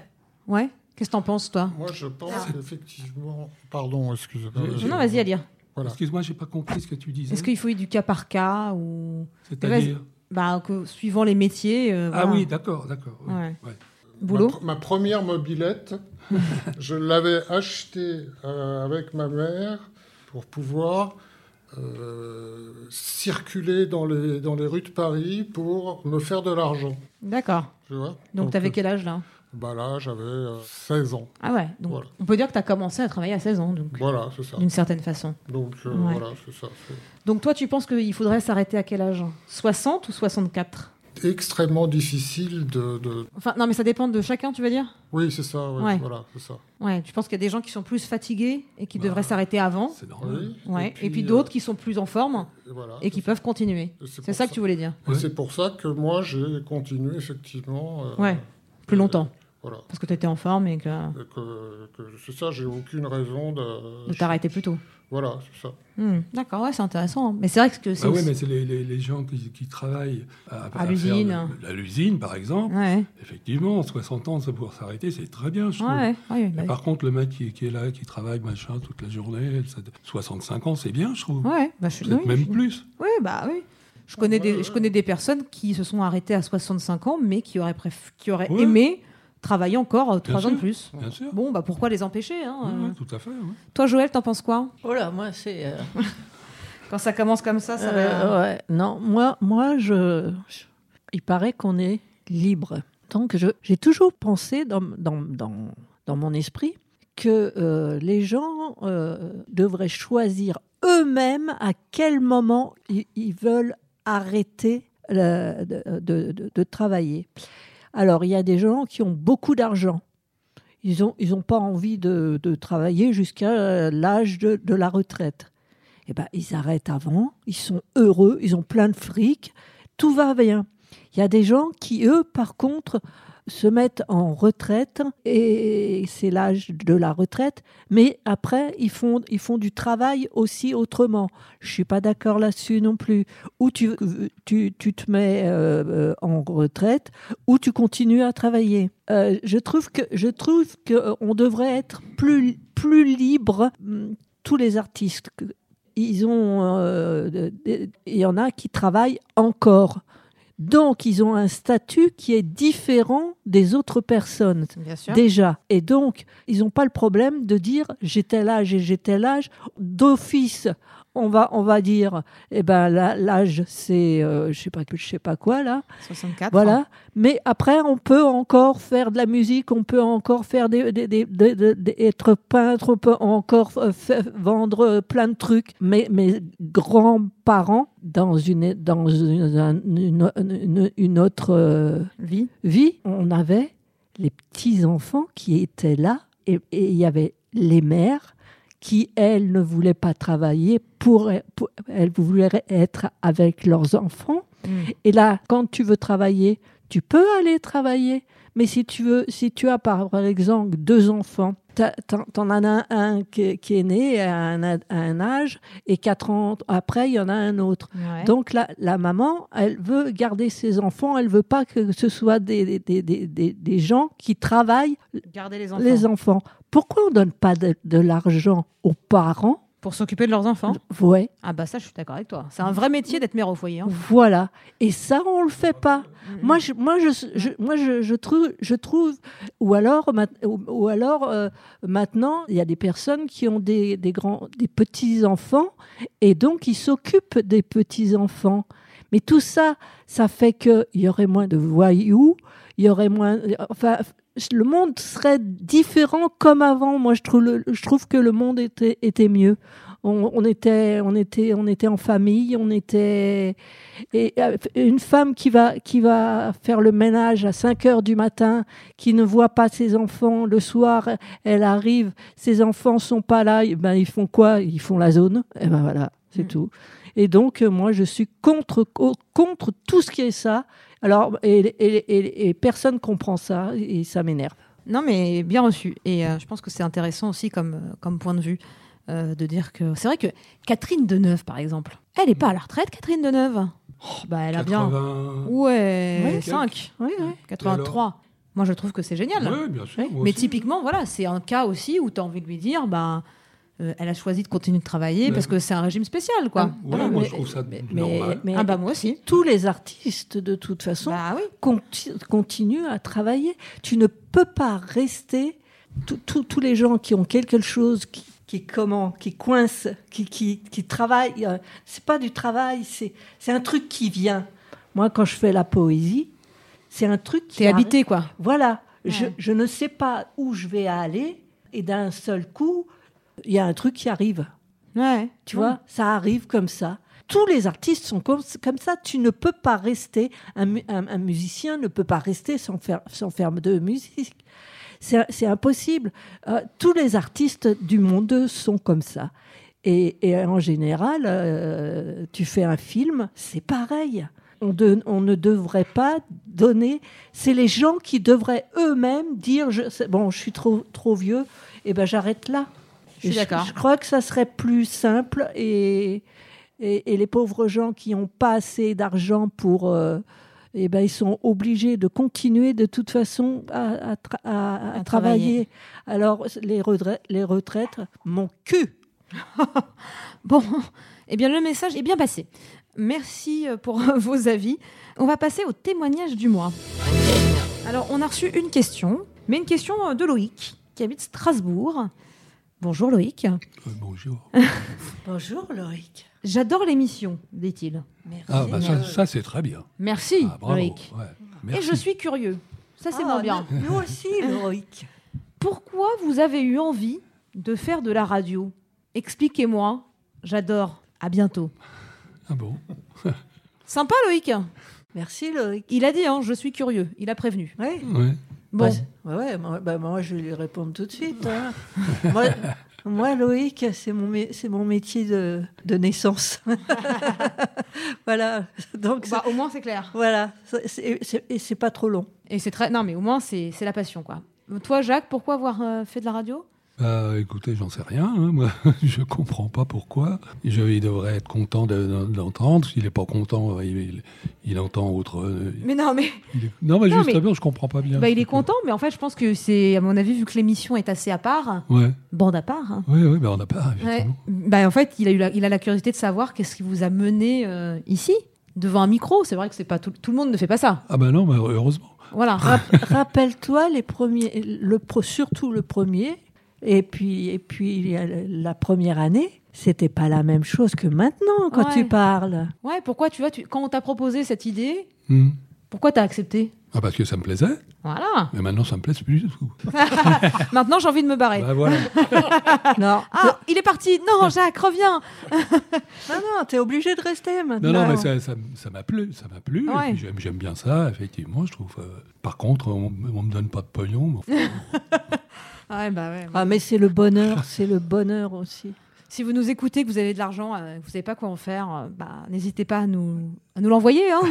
Speaker 2: Ouais. Qu'est-ce que t'en penses, toi
Speaker 5: Moi, je pense qu'effectivement. Pardon, excusez-moi.
Speaker 4: Je- je-
Speaker 2: Ah. Non, vas-y, à lire.
Speaker 5: Voilà.
Speaker 4: Excuse-moi, j'ai pas compris ce que tu disais.
Speaker 2: Est-ce qu'il faut du cas par cas ou
Speaker 4: C'est-à-dire
Speaker 2: bah, que, suivant les métiers euh,
Speaker 4: Ah
Speaker 2: voilà.
Speaker 4: oui, bah, d'accord, d'accord. oui,
Speaker 2: Ouais.
Speaker 4: ouais.
Speaker 2: Boulot.
Speaker 5: Ma, pr- ma première mobilette, je l'avais achetée euh, avec ma mère pour pouvoir euh, circuler dans les, dans les rues de Paris pour me faire de l'argent.
Speaker 2: D'accord.
Speaker 5: Tu vois
Speaker 2: Donc, t'avais
Speaker 5: euh,
Speaker 2: quel âge là
Speaker 5: bah Là, j'avais euh, 16 ans.
Speaker 2: Ah ouais. Donc
Speaker 5: Voilà.
Speaker 2: on peut dire que t'as commencé à travailler à 16 ans, donc
Speaker 5: Voilà, c'est ça.
Speaker 2: d'une certaine façon.
Speaker 5: Donc, euh,
Speaker 2: Ouais.
Speaker 5: voilà, c'est ça. C'est
Speaker 2: Donc toi, tu penses qu'il faudrait s'arrêter à quel âge 60 ou 64
Speaker 5: extrêmement difficile de. de-
Speaker 2: Enfin, non, mais ça dépend de chacun, tu veux dire
Speaker 5: Oui, c'est ça. oui,
Speaker 2: Ouais.
Speaker 5: Voilà, c'est ça.
Speaker 2: Ouais. Tu penses qu'il y a des gens qui sont plus fatigués et qui
Speaker 4: Bah,
Speaker 2: devraient s'arrêter avant
Speaker 4: C'est normal.
Speaker 5: Oui.
Speaker 2: Ouais. Et puis, d'autres qui sont plus en forme
Speaker 5: euh, voilà,
Speaker 2: et qui peuvent continuer.
Speaker 5: c'est
Speaker 2: C'est
Speaker 5: pour
Speaker 2: ça que tu voulais dire
Speaker 5: Et C'est pour ça que moi, j'ai continué effectivement. euh,
Speaker 2: Ouais. Plus longtemps.
Speaker 5: Voilà.
Speaker 2: Parce que t'étais en forme et que
Speaker 4: Euh,
Speaker 5: Et que, que c'est ça, j'ai aucune raison de.
Speaker 2: de t'arrêter plus tôt.
Speaker 5: Voilà, c'est ça.
Speaker 2: Hmm, D'accord, ouais, c'est intéressant. hein. Mais c'est vrai que c'est.
Speaker 4: Bah oui,
Speaker 2: aussi-
Speaker 4: mais c'est les, les- les gens qui, qui travaillent à, faire
Speaker 2: l'usine.
Speaker 4: de- À l'usine, par exemple.
Speaker 2: Ouais,
Speaker 4: Effectivement, 60 ans, ça pouvoir s'arrêter, c'est très bien, je trouve.
Speaker 2: ouais, ouais,
Speaker 4: Mais
Speaker 2: bah,
Speaker 4: Par contre, le mec qui, qui est là, qui travaille machin toute la journée, ça- 65 ans, c'est bien, je trouve.
Speaker 2: ouais, bah, je suis.
Speaker 4: Peut-être
Speaker 2: oui,
Speaker 4: même
Speaker 2: je-
Speaker 4: plus.
Speaker 2: Oui, bah oui. Je connais, des, je connais des personnes qui se sont arrêtées à 65 ans, mais qui auraient, préf- qui auraient
Speaker 4: Ouais.
Speaker 2: aimé travailler encore 3
Speaker 4: sûr.
Speaker 2: ans de plus.
Speaker 4: Bien sûr.
Speaker 2: Bon, bah pourquoi les empêcher hein,
Speaker 4: Ouais,
Speaker 2: euh.
Speaker 4: ouais, tout à fait. ouais.
Speaker 2: Toi, Joël, t'en penses quoi
Speaker 3: Oh là, moi, c'est. euh,
Speaker 2: Quand ça commence comme ça, ça va.
Speaker 3: euh, ouais. Non, moi, moi je, je- il paraît qu'on est libre. Donc, je- j'ai toujours pensé dans, dans, dans, dans mon esprit que euh, les gens euh, devraient choisir eux-mêmes à quel moment ils, ils veulent arrêter euh, de, de- de- de travailler. Alors, il y a des gens qui ont beaucoup d'argent. Ils n'ont ils ont pas envie de, de travailler jusqu'à euh, l'âge de- de la retraite eh ben, ils arrêtent avant, ils sont heureux, ils ont plein de fric, tout va bien. Il y a des gens qui, eux, par contre, se mettent en retraite, et c'est l'âge de la retraite, mais après, ils font, ils font du travail aussi autrement. Je suis pas d'accord là-dessus non plus. Ou tu, tu, tu te mets euh, euh, en retraite, ou tu continues à travailler. Euh, je trouve que je trouve que euh, on devrait être plus, plus libre, hum, tous les artistes, que- ils ont, euh, il y en a qui travaillent encore. Donc, ils ont un statut qui est différent des autres personnes
Speaker 2: Bien sûr.
Speaker 3: déjà. Et donc, ils n'ont pas le problème de dire j'ai tel âge et j'ai tel âge. D'office, on va, on va dire, eh ben, la- l'âge, c'est euh, je sais pas je sais pas quoi là.
Speaker 2: 64.
Speaker 3: Voilà. Mais après, on peut encore faire de la musique, on peut encore faire des, des- des- des- des- des- être peintre, on peut encore euh, fa- vendre euh, plein de trucs. Mais mes grands-parents, dans une dans une, un- une- une- une autre euh,
Speaker 2: Vie.
Speaker 3: vie, on avait les petits enfants qui étaient là et et il y avait les mères qui elles ne voulaient pas travailler pour, pour- elles voulaient être avec leurs enfants
Speaker 2: Mmh.
Speaker 3: et là, quand tu veux travailler, tu peux aller travailler. Mais si tu veux, si tu as par exemple deux enfants, t'as- t'en t'en as un, un qui, est- qui est né à un, a- à un âge et quatre ans après, il y en a un autre.
Speaker 2: Ouais.
Speaker 3: Donc la, la maman, elle veut garder ses enfants, elle veut pas que ce soit des, des- des- des- des- des gens qui travaillent
Speaker 2: garder les enfants.
Speaker 3: les enfants. Pourquoi on donne pas de, de l'argent aux parents
Speaker 2: Pour s'occuper de leurs enfants.
Speaker 3: Ouais,
Speaker 2: Ah bah ça, je suis d'accord avec toi. C'est un vrai métier d'être mère au foyer. hein.
Speaker 3: voilà. Et ça, on le fait pas.
Speaker 2: Mm.
Speaker 3: Moi, je, moi, je, je- moi je, je trouve, je trouve, ou alors, ma- ou, ou alors euh, maintenant, il y a des personnes qui ont des, des, grands, des petits enfants et donc ils s'occupent des petits enfants. Mais tout ça, ça fait qu'il y aurait moins de voyous, il y aurait moins, enfin, le monde serait différent comme avant. Moi, je trouve, le- je trouve que le monde était, était mieux. On, on était, on était, on était en famille, on était. Et euh, une femme qui va, qui va faire le ménage à 5 heures du matin, qui ne voit pas ses enfants le soir, elle arrive, ses enfants sont pas là, et ben ils font quoi Ils font la zone. Et ben voilà, c'est
Speaker 2: Mm.
Speaker 3: tout. Et donc euh, moi je suis contre co- contre tout ce qui est ça. Alors et, et, et, et personne comprend ça et ça m'énerve.
Speaker 2: Non, mais bien reçu. Et euh, je pense que c'est intéressant aussi comme, euh, comme point de vue euh, de dire que. C'est vrai que Catherine Deneuve, par exemple, elle n'est pas à la retraite, Catherine Deneuve. Oh, bah, elle a bien.
Speaker 4: 80...
Speaker 2: Ouais,
Speaker 4: Ouais,
Speaker 2: 5,
Speaker 3: Oui, oui.
Speaker 2: 83. Moi, je trouve que c'est génial.
Speaker 4: Ouais, bien sûr. moi
Speaker 2: mais
Speaker 4: aussi.
Speaker 2: typiquement, voilà, c'est un cas aussi où tu as envie de lui dire bah, euh, elle a choisi de continuer de travailler
Speaker 4: Mais- Ah,
Speaker 2: parce que c'est un régime spécial, quoi.
Speaker 4: Ouais, moi, je trouve ça normal.
Speaker 3: mais-
Speaker 2: Ah, bah, moi aussi.
Speaker 3: tous les artistes de toute façon
Speaker 2: Bah oui.
Speaker 3: conti- continue à travailler. Tu ne peux pas rester. Tout- tout- Tous les gens qui ont quelque chose qui, qui comment, qui coince, qui, qui, qui travaille, euh, c'est pas du travail, c'est c'est un truc qui vient. Moi, quand je fais la poésie, c'est un truc qui
Speaker 2: T'es
Speaker 3: arrive.
Speaker 2: habité, quoi.
Speaker 3: Voilà, je,
Speaker 2: Ouais.
Speaker 3: je ne sais pas où je vais aller, et d'un seul coup, il y a un truc qui arrive.
Speaker 2: Ouais.
Speaker 3: Tu vois, ça arrive comme ça. Tous les artistes sont comme, comme ça. Tu ne peux pas rester, un, mu- un- un musicien ne peut pas rester sans faire, sans faire de musique. C'est c'est impossible. Euh, tous les artistes du monde sont comme ça. Et, et en général, euh, tu fais un film, c'est pareil. On, de- on ne devrait pas donner. C'est les gens qui devraient eux-mêmes dire je, c'est- bon, je suis trop, trop vieux, et ben j'arrête là.
Speaker 2: Je suis
Speaker 3: Et
Speaker 2: d'accord.
Speaker 3: Je, crois que ça serait plus simple et, et, et les pauvres gens qui n'ont pas assez d'argent pour. euh, eh ben, ils sont obligés de continuer de toute façon à, à tra- à- à
Speaker 2: À travailler.
Speaker 3: travailler. Alors, les, redra- les retraites, mon cul
Speaker 2: Bon, eh bien le message est bien passé. Merci euh, pour euh, vos avis. On va passer au témoignage du mois. Alors, on a reçu une question, mais une question euh, de Loïc, qui habite Strasbourg. Bonjour Loïc.
Speaker 4: Euh, bonjour.
Speaker 3: Bonjour Loïc.
Speaker 2: J'adore l'émission, dit-il.
Speaker 3: Merci.
Speaker 4: Ah, bah, ça, ça, c'est très bien.
Speaker 2: Merci
Speaker 4: Ah, bravo.
Speaker 2: Loïc.
Speaker 4: ouais.
Speaker 2: Et
Speaker 4: Merci.
Speaker 2: je suis curieux. Ça,
Speaker 3: Ah,
Speaker 2: c'est moins bien.
Speaker 3: Nous aussi, Loïc.
Speaker 2: Pourquoi vous avez eu envie de faire de la radio Expliquez-moi. J'adore. À bientôt.
Speaker 4: Ah bon
Speaker 2: Sympa Loïc.
Speaker 3: Merci Loïc.
Speaker 2: Il a dit, hein, je suis curieux. Il a prévenu.
Speaker 3: Ouais.
Speaker 4: ouais.
Speaker 2: Bon.
Speaker 3: Bah, ouais, moi, bah, moi, je vais lui répondre tout de suite. hein. moi, moi, Loïc, c'est mon, mé- c'est mon métier de, de naissance. voilà. Donc,
Speaker 2: Bah, au moins, c'est clair.
Speaker 3: ça- voilà. Ça- c'est- c'est- Et c'est pas trop long.
Speaker 2: Et c'est très. Non, mais au moins, c'est c'est la passion, quoi. Toi, Jacques, pourquoi avoir euh, fait de la radio
Speaker 4: Bah, écoutez, j'en sais rien. Hein, moi, je comprends pas pourquoi. Je, il devrait être content de- d'entendre. S'il est pas content, euh, il, il- il entend autre. euh,
Speaker 2: Mais non, mais
Speaker 4: il est- Non, mais
Speaker 2: Non, mais-
Speaker 4: justement, je comprends pas bien.
Speaker 2: bah, il est content, mais en fait, je pense que c'est, à mon avis, vu que l'émission est assez à part,
Speaker 4: Ouais,
Speaker 2: bande à part. hein,
Speaker 4: ouais, ouais, bah, on n'a pas.
Speaker 2: ouais,
Speaker 4: effectivement.
Speaker 2: bah, en fait, il a, eu la, il a la curiosité de savoir qu'est-ce qui vous a mené euh, ici, devant un micro. C'est vrai que c'est pas tout, tout le monde ne fait pas ça.
Speaker 4: Ah ben non, bah, heureusement.
Speaker 2: Voilà.
Speaker 3: Rap- Rappelle-toi les premiers, le pro- surtout le premier, et puis et puis il y a le- la première année, c'était pas la même chose que maintenant quand
Speaker 2: Ouais.
Speaker 3: tu parles.
Speaker 2: Ouais, pourquoi, tu vois, tu- quand on t'a proposé cette idée,
Speaker 4: Hmm.
Speaker 2: pourquoi t'as accepté
Speaker 4: Ah, parce que ça me plaisait,
Speaker 2: Voilà.
Speaker 4: mais maintenant ça me plaise plus du tout.
Speaker 2: Maintenant, j'ai envie de me barrer.
Speaker 4: Bah, voilà. Bah,
Speaker 3: Non,
Speaker 2: Ah, il est parti. Non, Jacques, reviens.
Speaker 3: t'es- non, non, t'es obligé de rester maintenant.
Speaker 4: Non, non, mais ça, ça m- ça m'a plu, ça m'a plu. et
Speaker 2: Bah, Ouais.
Speaker 4: puis J'aime, j'aime bien ça, effectivement, je trouve. euh, par contre, on, on me donne pas de pognon. mais enfin,
Speaker 2: Ouais, bah ouais.
Speaker 3: Ah, mais c'est le bonheur, c'est le bonheur aussi.
Speaker 2: Si vous nous écoutez, que vous avez de l'argent, euh, que vous savez pas quoi en faire, euh, bah, n'hésitez pas à nous, à nous l'envoyer. hein.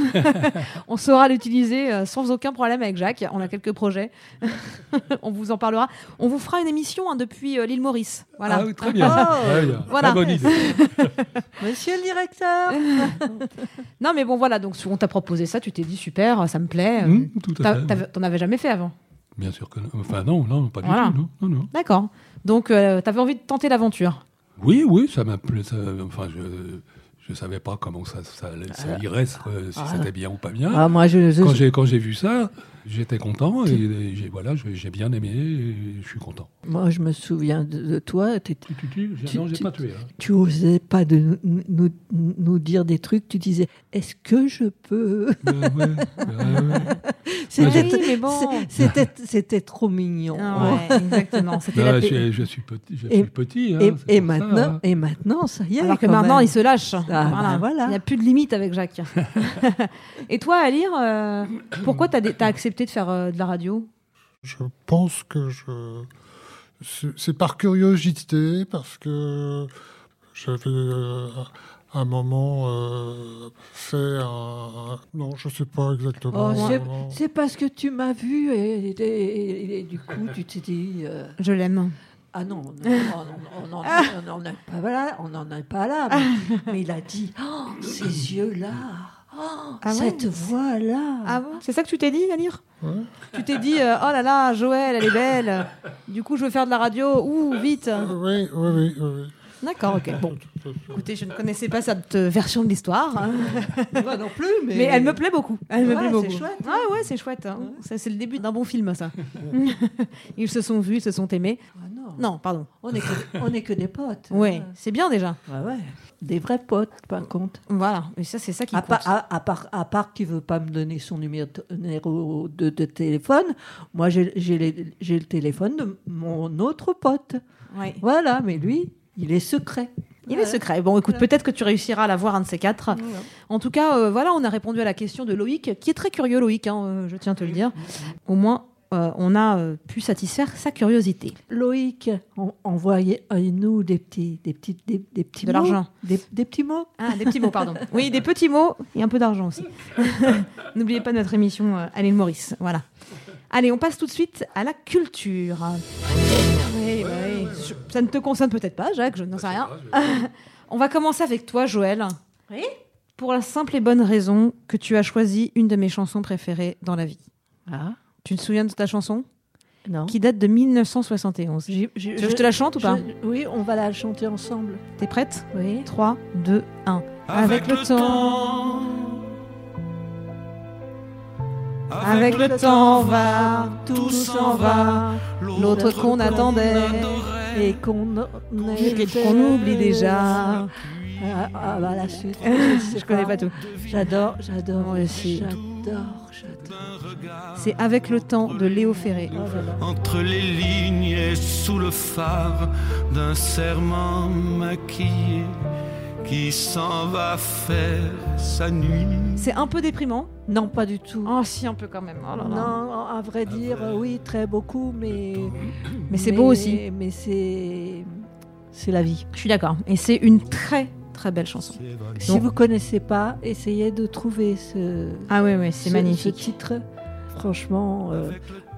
Speaker 2: on saura l'utiliser euh, sans aucun problème avec Jacques. On a quelques projets. on vous en parlera. On vous fera une émission hein, depuis euh, l'île Maurice. Voilà. Oh.
Speaker 4: Ah oui, très bien. Très bien.
Speaker 2: Voilà.
Speaker 4: Très bonne idée.
Speaker 3: Monsieur le directeur.
Speaker 2: Non, mais bon, voilà. Donc, on t'a proposé ça, tu t'es dit super, ça me plaît. Euh,
Speaker 4: Hmm, tout à
Speaker 2: T'as-
Speaker 4: fait.
Speaker 2: t'avais- T'en avais jamais fait avant.
Speaker 4: Bien sûr que non. Enfin, non, non, pas du
Speaker 2: Voilà.
Speaker 4: tout. Non, non, non.
Speaker 2: D'accord. Donc, euh, t'avais envie de tenter l'aventure.
Speaker 4: Oui, oui, ça m'a plu. ça- enfin, je. Je savais pas comment ça, ça, allait- ça irait, euh, si c'était bien ou pas bien.
Speaker 3: Ah moi je, je-
Speaker 4: quand j'ai quand j'ai vu ça, j'étais content et, et j'ai voilà, je- j'ai bien aimé. et Je suis content.
Speaker 3: moi je me souviens de, de toi. t'es-
Speaker 4: Tu, tu, tu, j'ai-
Speaker 3: Tu-
Speaker 4: non, j'ai
Speaker 3: tu-
Speaker 4: pas tué. hein.
Speaker 3: Tu osais pas de nous, nous, nous dire des trucs. Tu disais est-ce que je peux
Speaker 4: Ouais, ouais, ouais, ouais.
Speaker 3: C'était
Speaker 2: Ah Oui, mais bon.
Speaker 3: Ah c'est- c'était c'était trop mignon.
Speaker 2: Ah ouais, exactement. C'était
Speaker 4: Non,
Speaker 2: la
Speaker 4: Bah, je,
Speaker 2: paix.
Speaker 4: suis- je suis petit. Je
Speaker 3: Et-
Speaker 4: suis petit hein,
Speaker 3: Et,
Speaker 4: c'est
Speaker 3: et
Speaker 4: pour ça,
Speaker 3: maintenant,
Speaker 4: hein.
Speaker 3: et maintenant, ça y est.
Speaker 2: Alors que
Speaker 3: quand
Speaker 2: maintenant,
Speaker 3: même.
Speaker 2: il se lâche.
Speaker 3: bah, voilà.
Speaker 2: Il n'y a plus de limite avec Jacques. Et toi, Alire, euh, pourquoi tu as, accepté de faire euh, de la radio
Speaker 5: Je pense que je. c'est- C'est par curiosité, parce que j'avais euh, à un moment euh, fait un. Non, je sais pas exactement.
Speaker 3: Oh, c'est-
Speaker 5: Vraiment.
Speaker 3: c'est parce que tu m'as vu et, et- et- et du coup, tu t'es dit euh,
Speaker 2: Je l'aime.
Speaker 3: Ah non, non, non, non, on n'en on n'en est pas là, on n'en est pas là. Mais, mais il a dit Oh, ces yeux-là, oh,
Speaker 2: Ah ouais.
Speaker 3: cette voix-là.
Speaker 2: Ah bon C'est ça que tu t'es dit, Alire
Speaker 4: Hein
Speaker 5: Ouais.
Speaker 2: Tu t'es dit, euh, oh là là, Joël, elle est belle. Du coup, je veux faire de la radio. Ouh, vite.
Speaker 5: Oui, oui, oui. oui.
Speaker 2: D'accord, ok. Bon, écoutez, je ne connaissais pas cette euh, version de l'histoire. hein.
Speaker 3: Moi non plus, mais. euh,
Speaker 2: Mais elle me plaît beaucoup. Elle me
Speaker 3: Ouais,
Speaker 2: plaît
Speaker 3: c'est
Speaker 2: beaucoup.
Speaker 3: chouette,
Speaker 2: Ouais, ouais, c'est chouette. hein. Ça, c'est le début d'un bon film, ça. ils se sont vus, ils se sont aimés.
Speaker 3: Ah non,
Speaker 2: Non, pardon.
Speaker 3: On n'est que, on est que des potes. hein.
Speaker 2: Ouais, c'est bien déjà.
Speaker 3: Ouais, ouais. Des vrais potes, par contre.
Speaker 2: Voilà. Et ça, c'est ça qui
Speaker 3: À,
Speaker 2: compte.
Speaker 3: part- à, à part, à part qu'il ne veut pas me donner son numéro de- numéro de, de téléphone, moi j'ai j'ai les- j'ai le téléphone de mon autre pote.
Speaker 2: Ouais.
Speaker 3: Voilà, mais lui, il est secret.
Speaker 2: Il est secret. Bon, écoute, peut-être que tu réussiras à la voir un de ces quatre. En tout cas, euh, voilà, on a répondu à la question de Loïc, qui est très curieux, Loïc, hein, euh, je tiens à te le dire. Au moins, euh, on a euh, pu satisfaire sa curiosité.
Speaker 3: Loïc, en- envoyez-nous des petits, des petits, des, des petits
Speaker 2: De
Speaker 3: mots.
Speaker 2: l'argent.
Speaker 3: Des, des petits mots.
Speaker 2: Ah, des petits mots, pardon. Oui, des petits mots et un peu d'argent aussi. N'oubliez pas notre émission euh, Allez le Maurice. Voilà. Allez, on passe tout de suite à la culture. Oui, bah oui. Je- Ça ne te concerne peut-être pas, Jacques, je n'en sais rien.
Speaker 4: Ah,
Speaker 2: On va commencer avec toi, Joël.
Speaker 3: Oui
Speaker 2: Pour la simple et bonne raison que tu as choisi une de mes chansons préférées dans la vie.
Speaker 3: Ah,
Speaker 2: Tu te souviens de ta chanson
Speaker 3: non.
Speaker 2: Qui date de 1971. Tu
Speaker 3: J'ai- j'ai-
Speaker 2: veux que je te la chante ou pas
Speaker 3: je- Oui, on va la chanter ensemble.
Speaker 2: T'es prête
Speaker 3: Oui.
Speaker 2: 3, 2, 1. Avec le temps. Avec le temps va, tout s'en va. L'autre qu'on attendait
Speaker 3: Et qu'on
Speaker 2: et Euh, qu'on oublie déjà.
Speaker 3: Ah, ah, bah, la suite.
Speaker 2: Je connais pas tout.
Speaker 3: J'adore, j'adore.
Speaker 2: Moi aussi.
Speaker 3: J'adore, j'adore.
Speaker 2: C'est Avec le temps de Léo Ferré.
Speaker 3: Oh là là.
Speaker 6: Entre les lignes et sous le phare d'un serment maquillé qui s'en va faire sa nuit.
Speaker 2: C'est un peu déprimant.
Speaker 3: Non, pas du tout.
Speaker 2: Oh si, un peu quand même. Oh là Ah, là.
Speaker 3: Non, à vrai dire, oui, très beaucoup, mais.
Speaker 2: Mais c'est beau aussi.
Speaker 3: Mais c'est. C'est la vie.
Speaker 2: Je suis d'accord. Et c'est une très très belle chanson.
Speaker 3: Si vous connaissez pas, essayez de trouver ce.
Speaker 2: Ah oui, oui, c'est
Speaker 3: ce-
Speaker 2: magnifique.
Speaker 3: Ce titre, franchement, euh,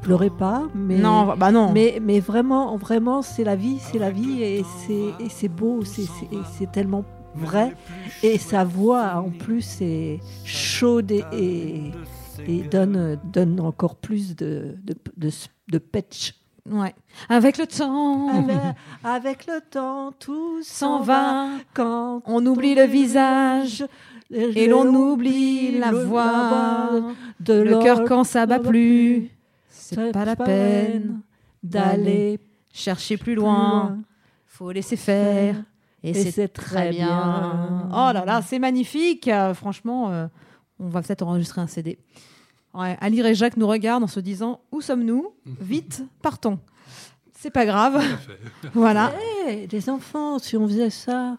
Speaker 3: pleurez pas, mais
Speaker 2: Non, bah non.
Speaker 3: mais, mais vraiment, vraiment, c'est la vie, c'est la vie, et c'est et c'est beau, c'est- c'est et c'est tellement vrai, et sa voix en plus est chaude et, et, et donne donne encore plus de de, de, de patch.
Speaker 2: Ouais. Avec le temps,
Speaker 3: Avec, avec le temps, tout s'en va
Speaker 2: 120,
Speaker 3: quand
Speaker 2: on oublie le visage et l'on oublie la voix.
Speaker 3: de
Speaker 2: Le cœur quand ça bat
Speaker 3: l'or-
Speaker 2: plus,
Speaker 3: c'est
Speaker 2: c'est pas la peine d'aller chercher plus
Speaker 3: plus
Speaker 2: loin. Faut laisser faire. Et,
Speaker 3: Et
Speaker 2: c'est
Speaker 3: c'est
Speaker 2: très
Speaker 3: très
Speaker 2: bien.
Speaker 3: bien.
Speaker 2: Oh là là, c'est magnifique. Euh, franchement, euh, on va peut-être enregistrer un CD. Ouais, Alire et Jacques nous regardent en se disant Où sommes-nous Vite, partons. C'est pas grave. voilà.
Speaker 3: Eh, les enfants, si on faisait
Speaker 2: Ah.
Speaker 3: ça.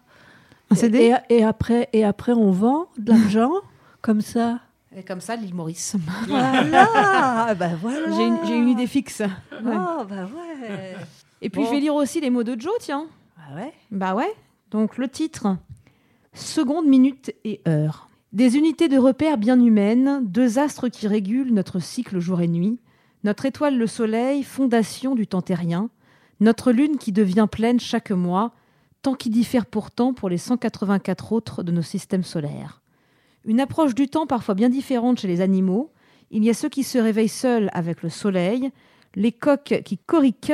Speaker 2: Un CD.
Speaker 3: et, et après, et après, on vend de l'argent comme ça.
Speaker 2: Et, comme ça, l'île Maurice.
Speaker 3: Voilà, bah voilà.
Speaker 2: J'ai une, j'ai une idée fixe.
Speaker 3: Oh, bah ouais.
Speaker 2: Et puis, je vais lire aussi les mots de Joe, tiens.
Speaker 3: Bah ouais.
Speaker 2: Bah ouais. Donc le titre Seconde, minute et heure. Des unités de repère bien humaines, deux astres qui régulent notre cycle jour et nuit, notre étoile le soleil, fondation du temps terrien, notre lune qui devient pleine chaque mois, temps qui diffère pourtant pour les 184 autres de nos systèmes solaires. Une approche du temps parfois bien différente chez les animaux. Il y a ceux qui se réveillent seuls avec le soleil, les coqs qui coriquent,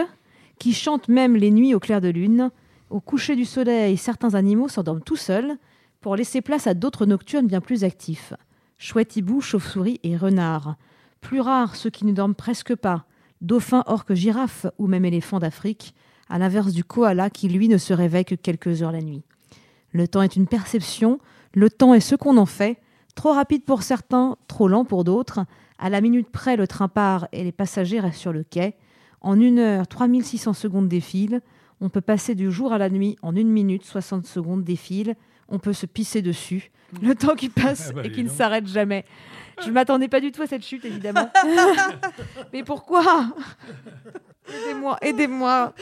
Speaker 2: qui chantent même les nuits au clair de lune, au coucher du soleil, certains animaux s'endorment tout seuls pour laisser place à d'autres nocturnes bien plus actifs. Chouette hibou, chauve-souris et renard. Plus rares ceux qui ne dorment presque pas. Dauphins, orques, girafes ou même éléphants d'Afrique, à l'inverse du koala qui, lui, ne se réveille que quelques heures la nuit. Le temps est une perception, le temps est ce qu'on en fait, trop rapide pour certains, trop lent pour d'autres. À la minute près, le train part et les passagers restent sur le quai. En une heure, 3600 secondes défilent. On peut passer du jour à la nuit en une minute 60 secondes défile. On peut se pisser dessus. Le temps qui passe
Speaker 4: Mm. Ah bah,
Speaker 2: et
Speaker 4: dis
Speaker 2: qui ne
Speaker 4: donc.
Speaker 2: s'arrête jamais. Je ne m'attendais pas du tout à cette chute, évidemment. Mais pourquoi Aidez-moi, aidez-moi.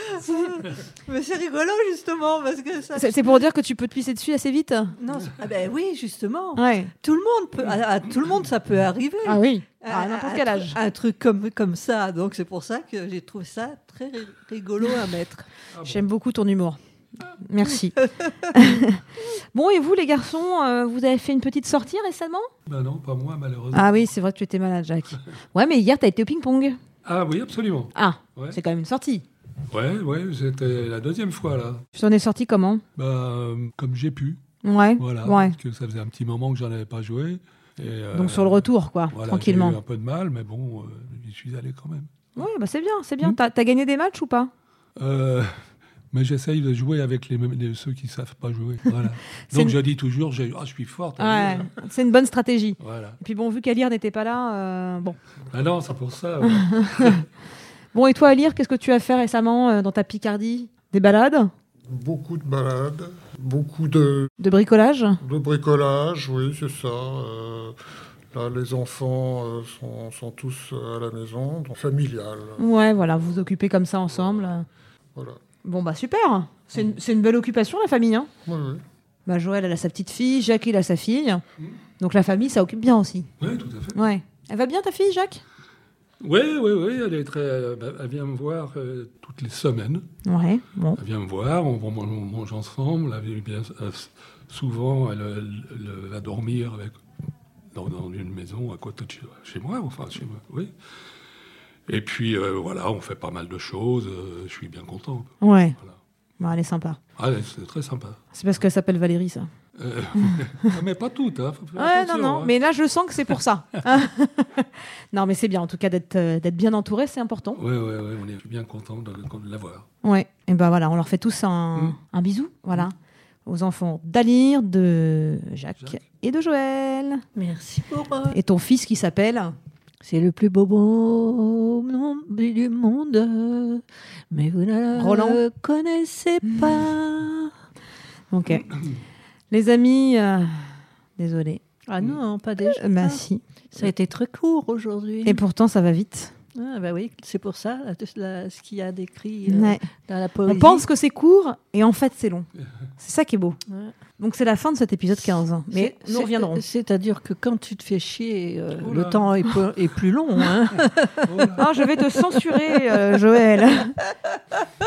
Speaker 3: Mais c'est rigolo justement parce que ça.
Speaker 2: C'est c'est pour dire que tu peux te pisser dessus assez vite
Speaker 3: Non, c'est- ah ben oui, justement.
Speaker 2: Ouais.
Speaker 3: Tout le monde peut, à, à tout le monde, ça peut arriver.
Speaker 2: Ah oui.
Speaker 3: Un-
Speaker 2: À n'importe
Speaker 3: un
Speaker 2: quel
Speaker 3: tru-
Speaker 2: âge.
Speaker 3: Un truc comme, comme ça. Donc, c'est pour ça que j'ai trouvé ça très ri- rigolo à mettre.
Speaker 2: J'aime beaucoup ton humour. Merci. bon, et vous, les garçons, euh, vous avez fait une petite sortie récemment
Speaker 4: Ben non, pas moi, malheureusement. Ah,
Speaker 2: Ah oui, c'est vrai que tu étais malade, Jacques. Ouais, mais hier, t'as été au ping-pong.
Speaker 4: oui, absolument.
Speaker 2: Ah,
Speaker 4: Ouais,
Speaker 2: c'est quand même une sortie.
Speaker 4: ouais, ouais, c'était la deuxième fois, là.
Speaker 2: Tu en es sorti comment
Speaker 4: Bah, euh, comme j'ai pu,
Speaker 2: Ouais.
Speaker 4: voilà.
Speaker 2: Ouais.
Speaker 4: Parce que ça faisait un petit moment que j'en avais pas joué. Et, euh,
Speaker 2: Donc sur le retour, quoi,
Speaker 4: voilà,
Speaker 2: tranquillement.
Speaker 4: J'ai eu un peu de mal, mais bon, euh, j'y suis allé quand même.
Speaker 2: Ouais, bah c'est bien, c'est bien. T'as t'as gagné des matchs ou pas
Speaker 4: Euh, mais j'essaye de jouer avec les, mêmes- les- ceux qui savent pas jouer. Voilà.
Speaker 2: C'est
Speaker 4: Donc
Speaker 2: une-
Speaker 4: je dis toujours, j'ai- ah, je suis forte.
Speaker 2: Ouais, c'est une bonne stratégie.
Speaker 4: Voilà.
Speaker 2: Et puis bon, vu qu'Alire n'était pas là, euh, bon.
Speaker 4: Ah non, c'est pour ça. ouais.
Speaker 2: Bon, et toi, Alire, qu'est-ce que tu as fait récemment euh, dans ta Picardie Des balades
Speaker 5: Beaucoup de balades, beaucoup de,
Speaker 2: De bricolage
Speaker 5: de bricolage, oui, c'est ça. euh, là, les enfants euh, sont, sont tous euh, à la maison, donc familial.
Speaker 2: Ouais, voilà, vous vous occupez comme ça ensemble.
Speaker 5: Voilà.
Speaker 2: Bon, bah super C'est une, c'est une belle occupation, la famille, hein
Speaker 5: Oui, oui.
Speaker 2: Bah, Joël, elle a sa petite fille, Jacques, il a sa fille. Donc la famille, ça occupe bien aussi.
Speaker 4: Oui, tout à fait.
Speaker 2: Ouais. Elle va bien, ta fille, Jacques
Speaker 4: Oui, oui, oui, elle, est très, euh, bah, elle vient me voir euh, toutes les semaines.
Speaker 2: Ouais, bon.
Speaker 4: Elle vient Bah, me voir, on, on- on mange ensemble. Elle, vient bien- euh, souvent, elle, elle- elle va dormir avec, dans, dans une maison à côté de chez, chez moi, enfin chez moi, oui. Et puis, euh, voilà, on fait pas mal de choses. euh, je suis bien content.
Speaker 2: Ouais.
Speaker 4: Voilà.
Speaker 2: Bah, elle est sympa.
Speaker 4: Ah, ouais, c'est très sympa.
Speaker 2: C'est parce qu'elle s'appelle Valérie, ça.
Speaker 4: Euh, mais pas toutes, hein. faut faire
Speaker 2: Ouais, non,
Speaker 4: attention,
Speaker 2: non,
Speaker 4: hein.
Speaker 2: mais là, je sens que c'est pour ça. Hein non, mais c'est bien, en tout cas, d'être euh, d'être bien entouré, c'est important.
Speaker 4: Ouais, ouais, ouais, on est bien content de, de l'avoir.
Speaker 2: Ouais, et ben voilà, on leur fait tous un,
Speaker 4: Mm.
Speaker 2: un bisou, voilà, aux enfants d'Alire, de Jacques,
Speaker 4: Jacques.
Speaker 2: et de Joël.
Speaker 3: Merci pour euh,
Speaker 2: Et ton fils qui s'appelle
Speaker 3: C'est le plus beau bonhomme du monde, mais vous ne
Speaker 2: Roland.
Speaker 3: le connaissez pas.
Speaker 2: Ok. Les amis, euh, désolé.
Speaker 3: Ah non, pas déjà.
Speaker 2: Bah si.
Speaker 3: Ça a été très court aujourd'hui.
Speaker 2: Et pourtant, ça va vite.
Speaker 3: Ah, bah oui, c'est pour ça la- la- ce qu'il y a décrit euh,
Speaker 2: Ouais.
Speaker 3: dans la
Speaker 2: On
Speaker 3: poésie.
Speaker 2: pense que c'est court et en fait, c'est long. C'est ça qui est beau.
Speaker 3: Ouais.
Speaker 2: Donc c'est la fin de cet épisode 15. hein. Mais
Speaker 3: C'est-
Speaker 2: nous
Speaker 3: c'est-
Speaker 2: reviendrons.
Speaker 3: C'est-à-dire que quand tu te fais chier, euh,
Speaker 4: Oula.
Speaker 3: le temps est, peu- est plus long. hein.
Speaker 4: Oh là.
Speaker 2: Ah, je vais te censurer, euh, Joël.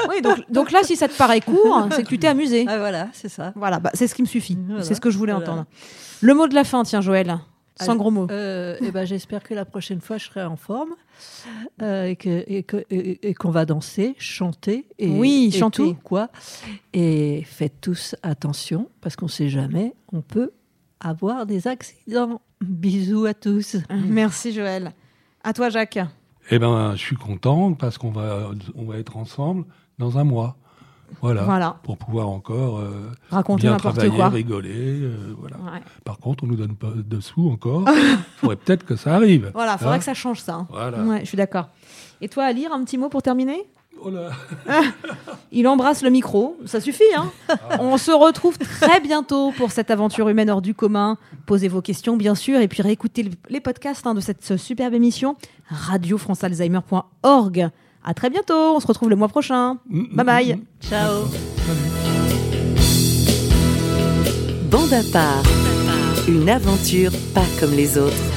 Speaker 2: oui, donc, donc là, si ça te paraît court, c'est que tu t'es amusé.
Speaker 3: Ah, voilà, c'est ça.
Speaker 2: Voilà, bah, c'est ce qui me suffit.
Speaker 3: Voilà.
Speaker 2: C'est ce que je voulais
Speaker 3: Voilà.
Speaker 2: entendre. Le mot de la fin, tiens, Joël. Sans
Speaker 3: Allez.
Speaker 2: gros mots.
Speaker 3: Euh, eh ben, J'espère que la prochaine fois, je serai en forme euh, et que- et que- et- et qu'on va danser, chanter et,
Speaker 2: Oui,
Speaker 3: et
Speaker 2: chanter.
Speaker 3: tout, quoi. Et faites tous attention parce qu'on ne sait jamais, on peut avoir des accidents. Bisous à tous.
Speaker 2: Merci, Joël. À toi, Jacques.
Speaker 4: Eh ben, je suis content parce qu'on va, on va être ensemble dans un mois. Voilà.
Speaker 2: Voilà.
Speaker 4: Pour pouvoir encore euh,
Speaker 2: Raconter
Speaker 4: Bah, bien
Speaker 2: n'importe
Speaker 4: travailler,
Speaker 2: quoi.
Speaker 4: rigoler. euh, voilà.
Speaker 2: Ouais.
Speaker 4: Par contre, on nous donne pas de sous encore. Il faudrait peut-être que ça arrive.
Speaker 2: Voilà, faudrait
Speaker 4: Hein
Speaker 2: que ça change ça. hein.
Speaker 4: Voilà.
Speaker 2: Ouais, je suis d'accord. Et toi, à lire un petit mot pour terminer
Speaker 4: Oh là.
Speaker 2: Il embrasse le micro, ça suffit. Hein
Speaker 4: Ah.
Speaker 2: On se retrouve très bientôt pour cette aventure humaine hors du commun. Posez vos questions, bien sûr, et puis réécoutez le- les podcasts hein, de cette euh, superbe émission radiofrancealzheimer.org. À très bientôt, on se retrouve le mois prochain. Bye
Speaker 4: Mm,
Speaker 2: bye.
Speaker 3: Ciao.
Speaker 1: Bande à part, une aventure pas comme les autres.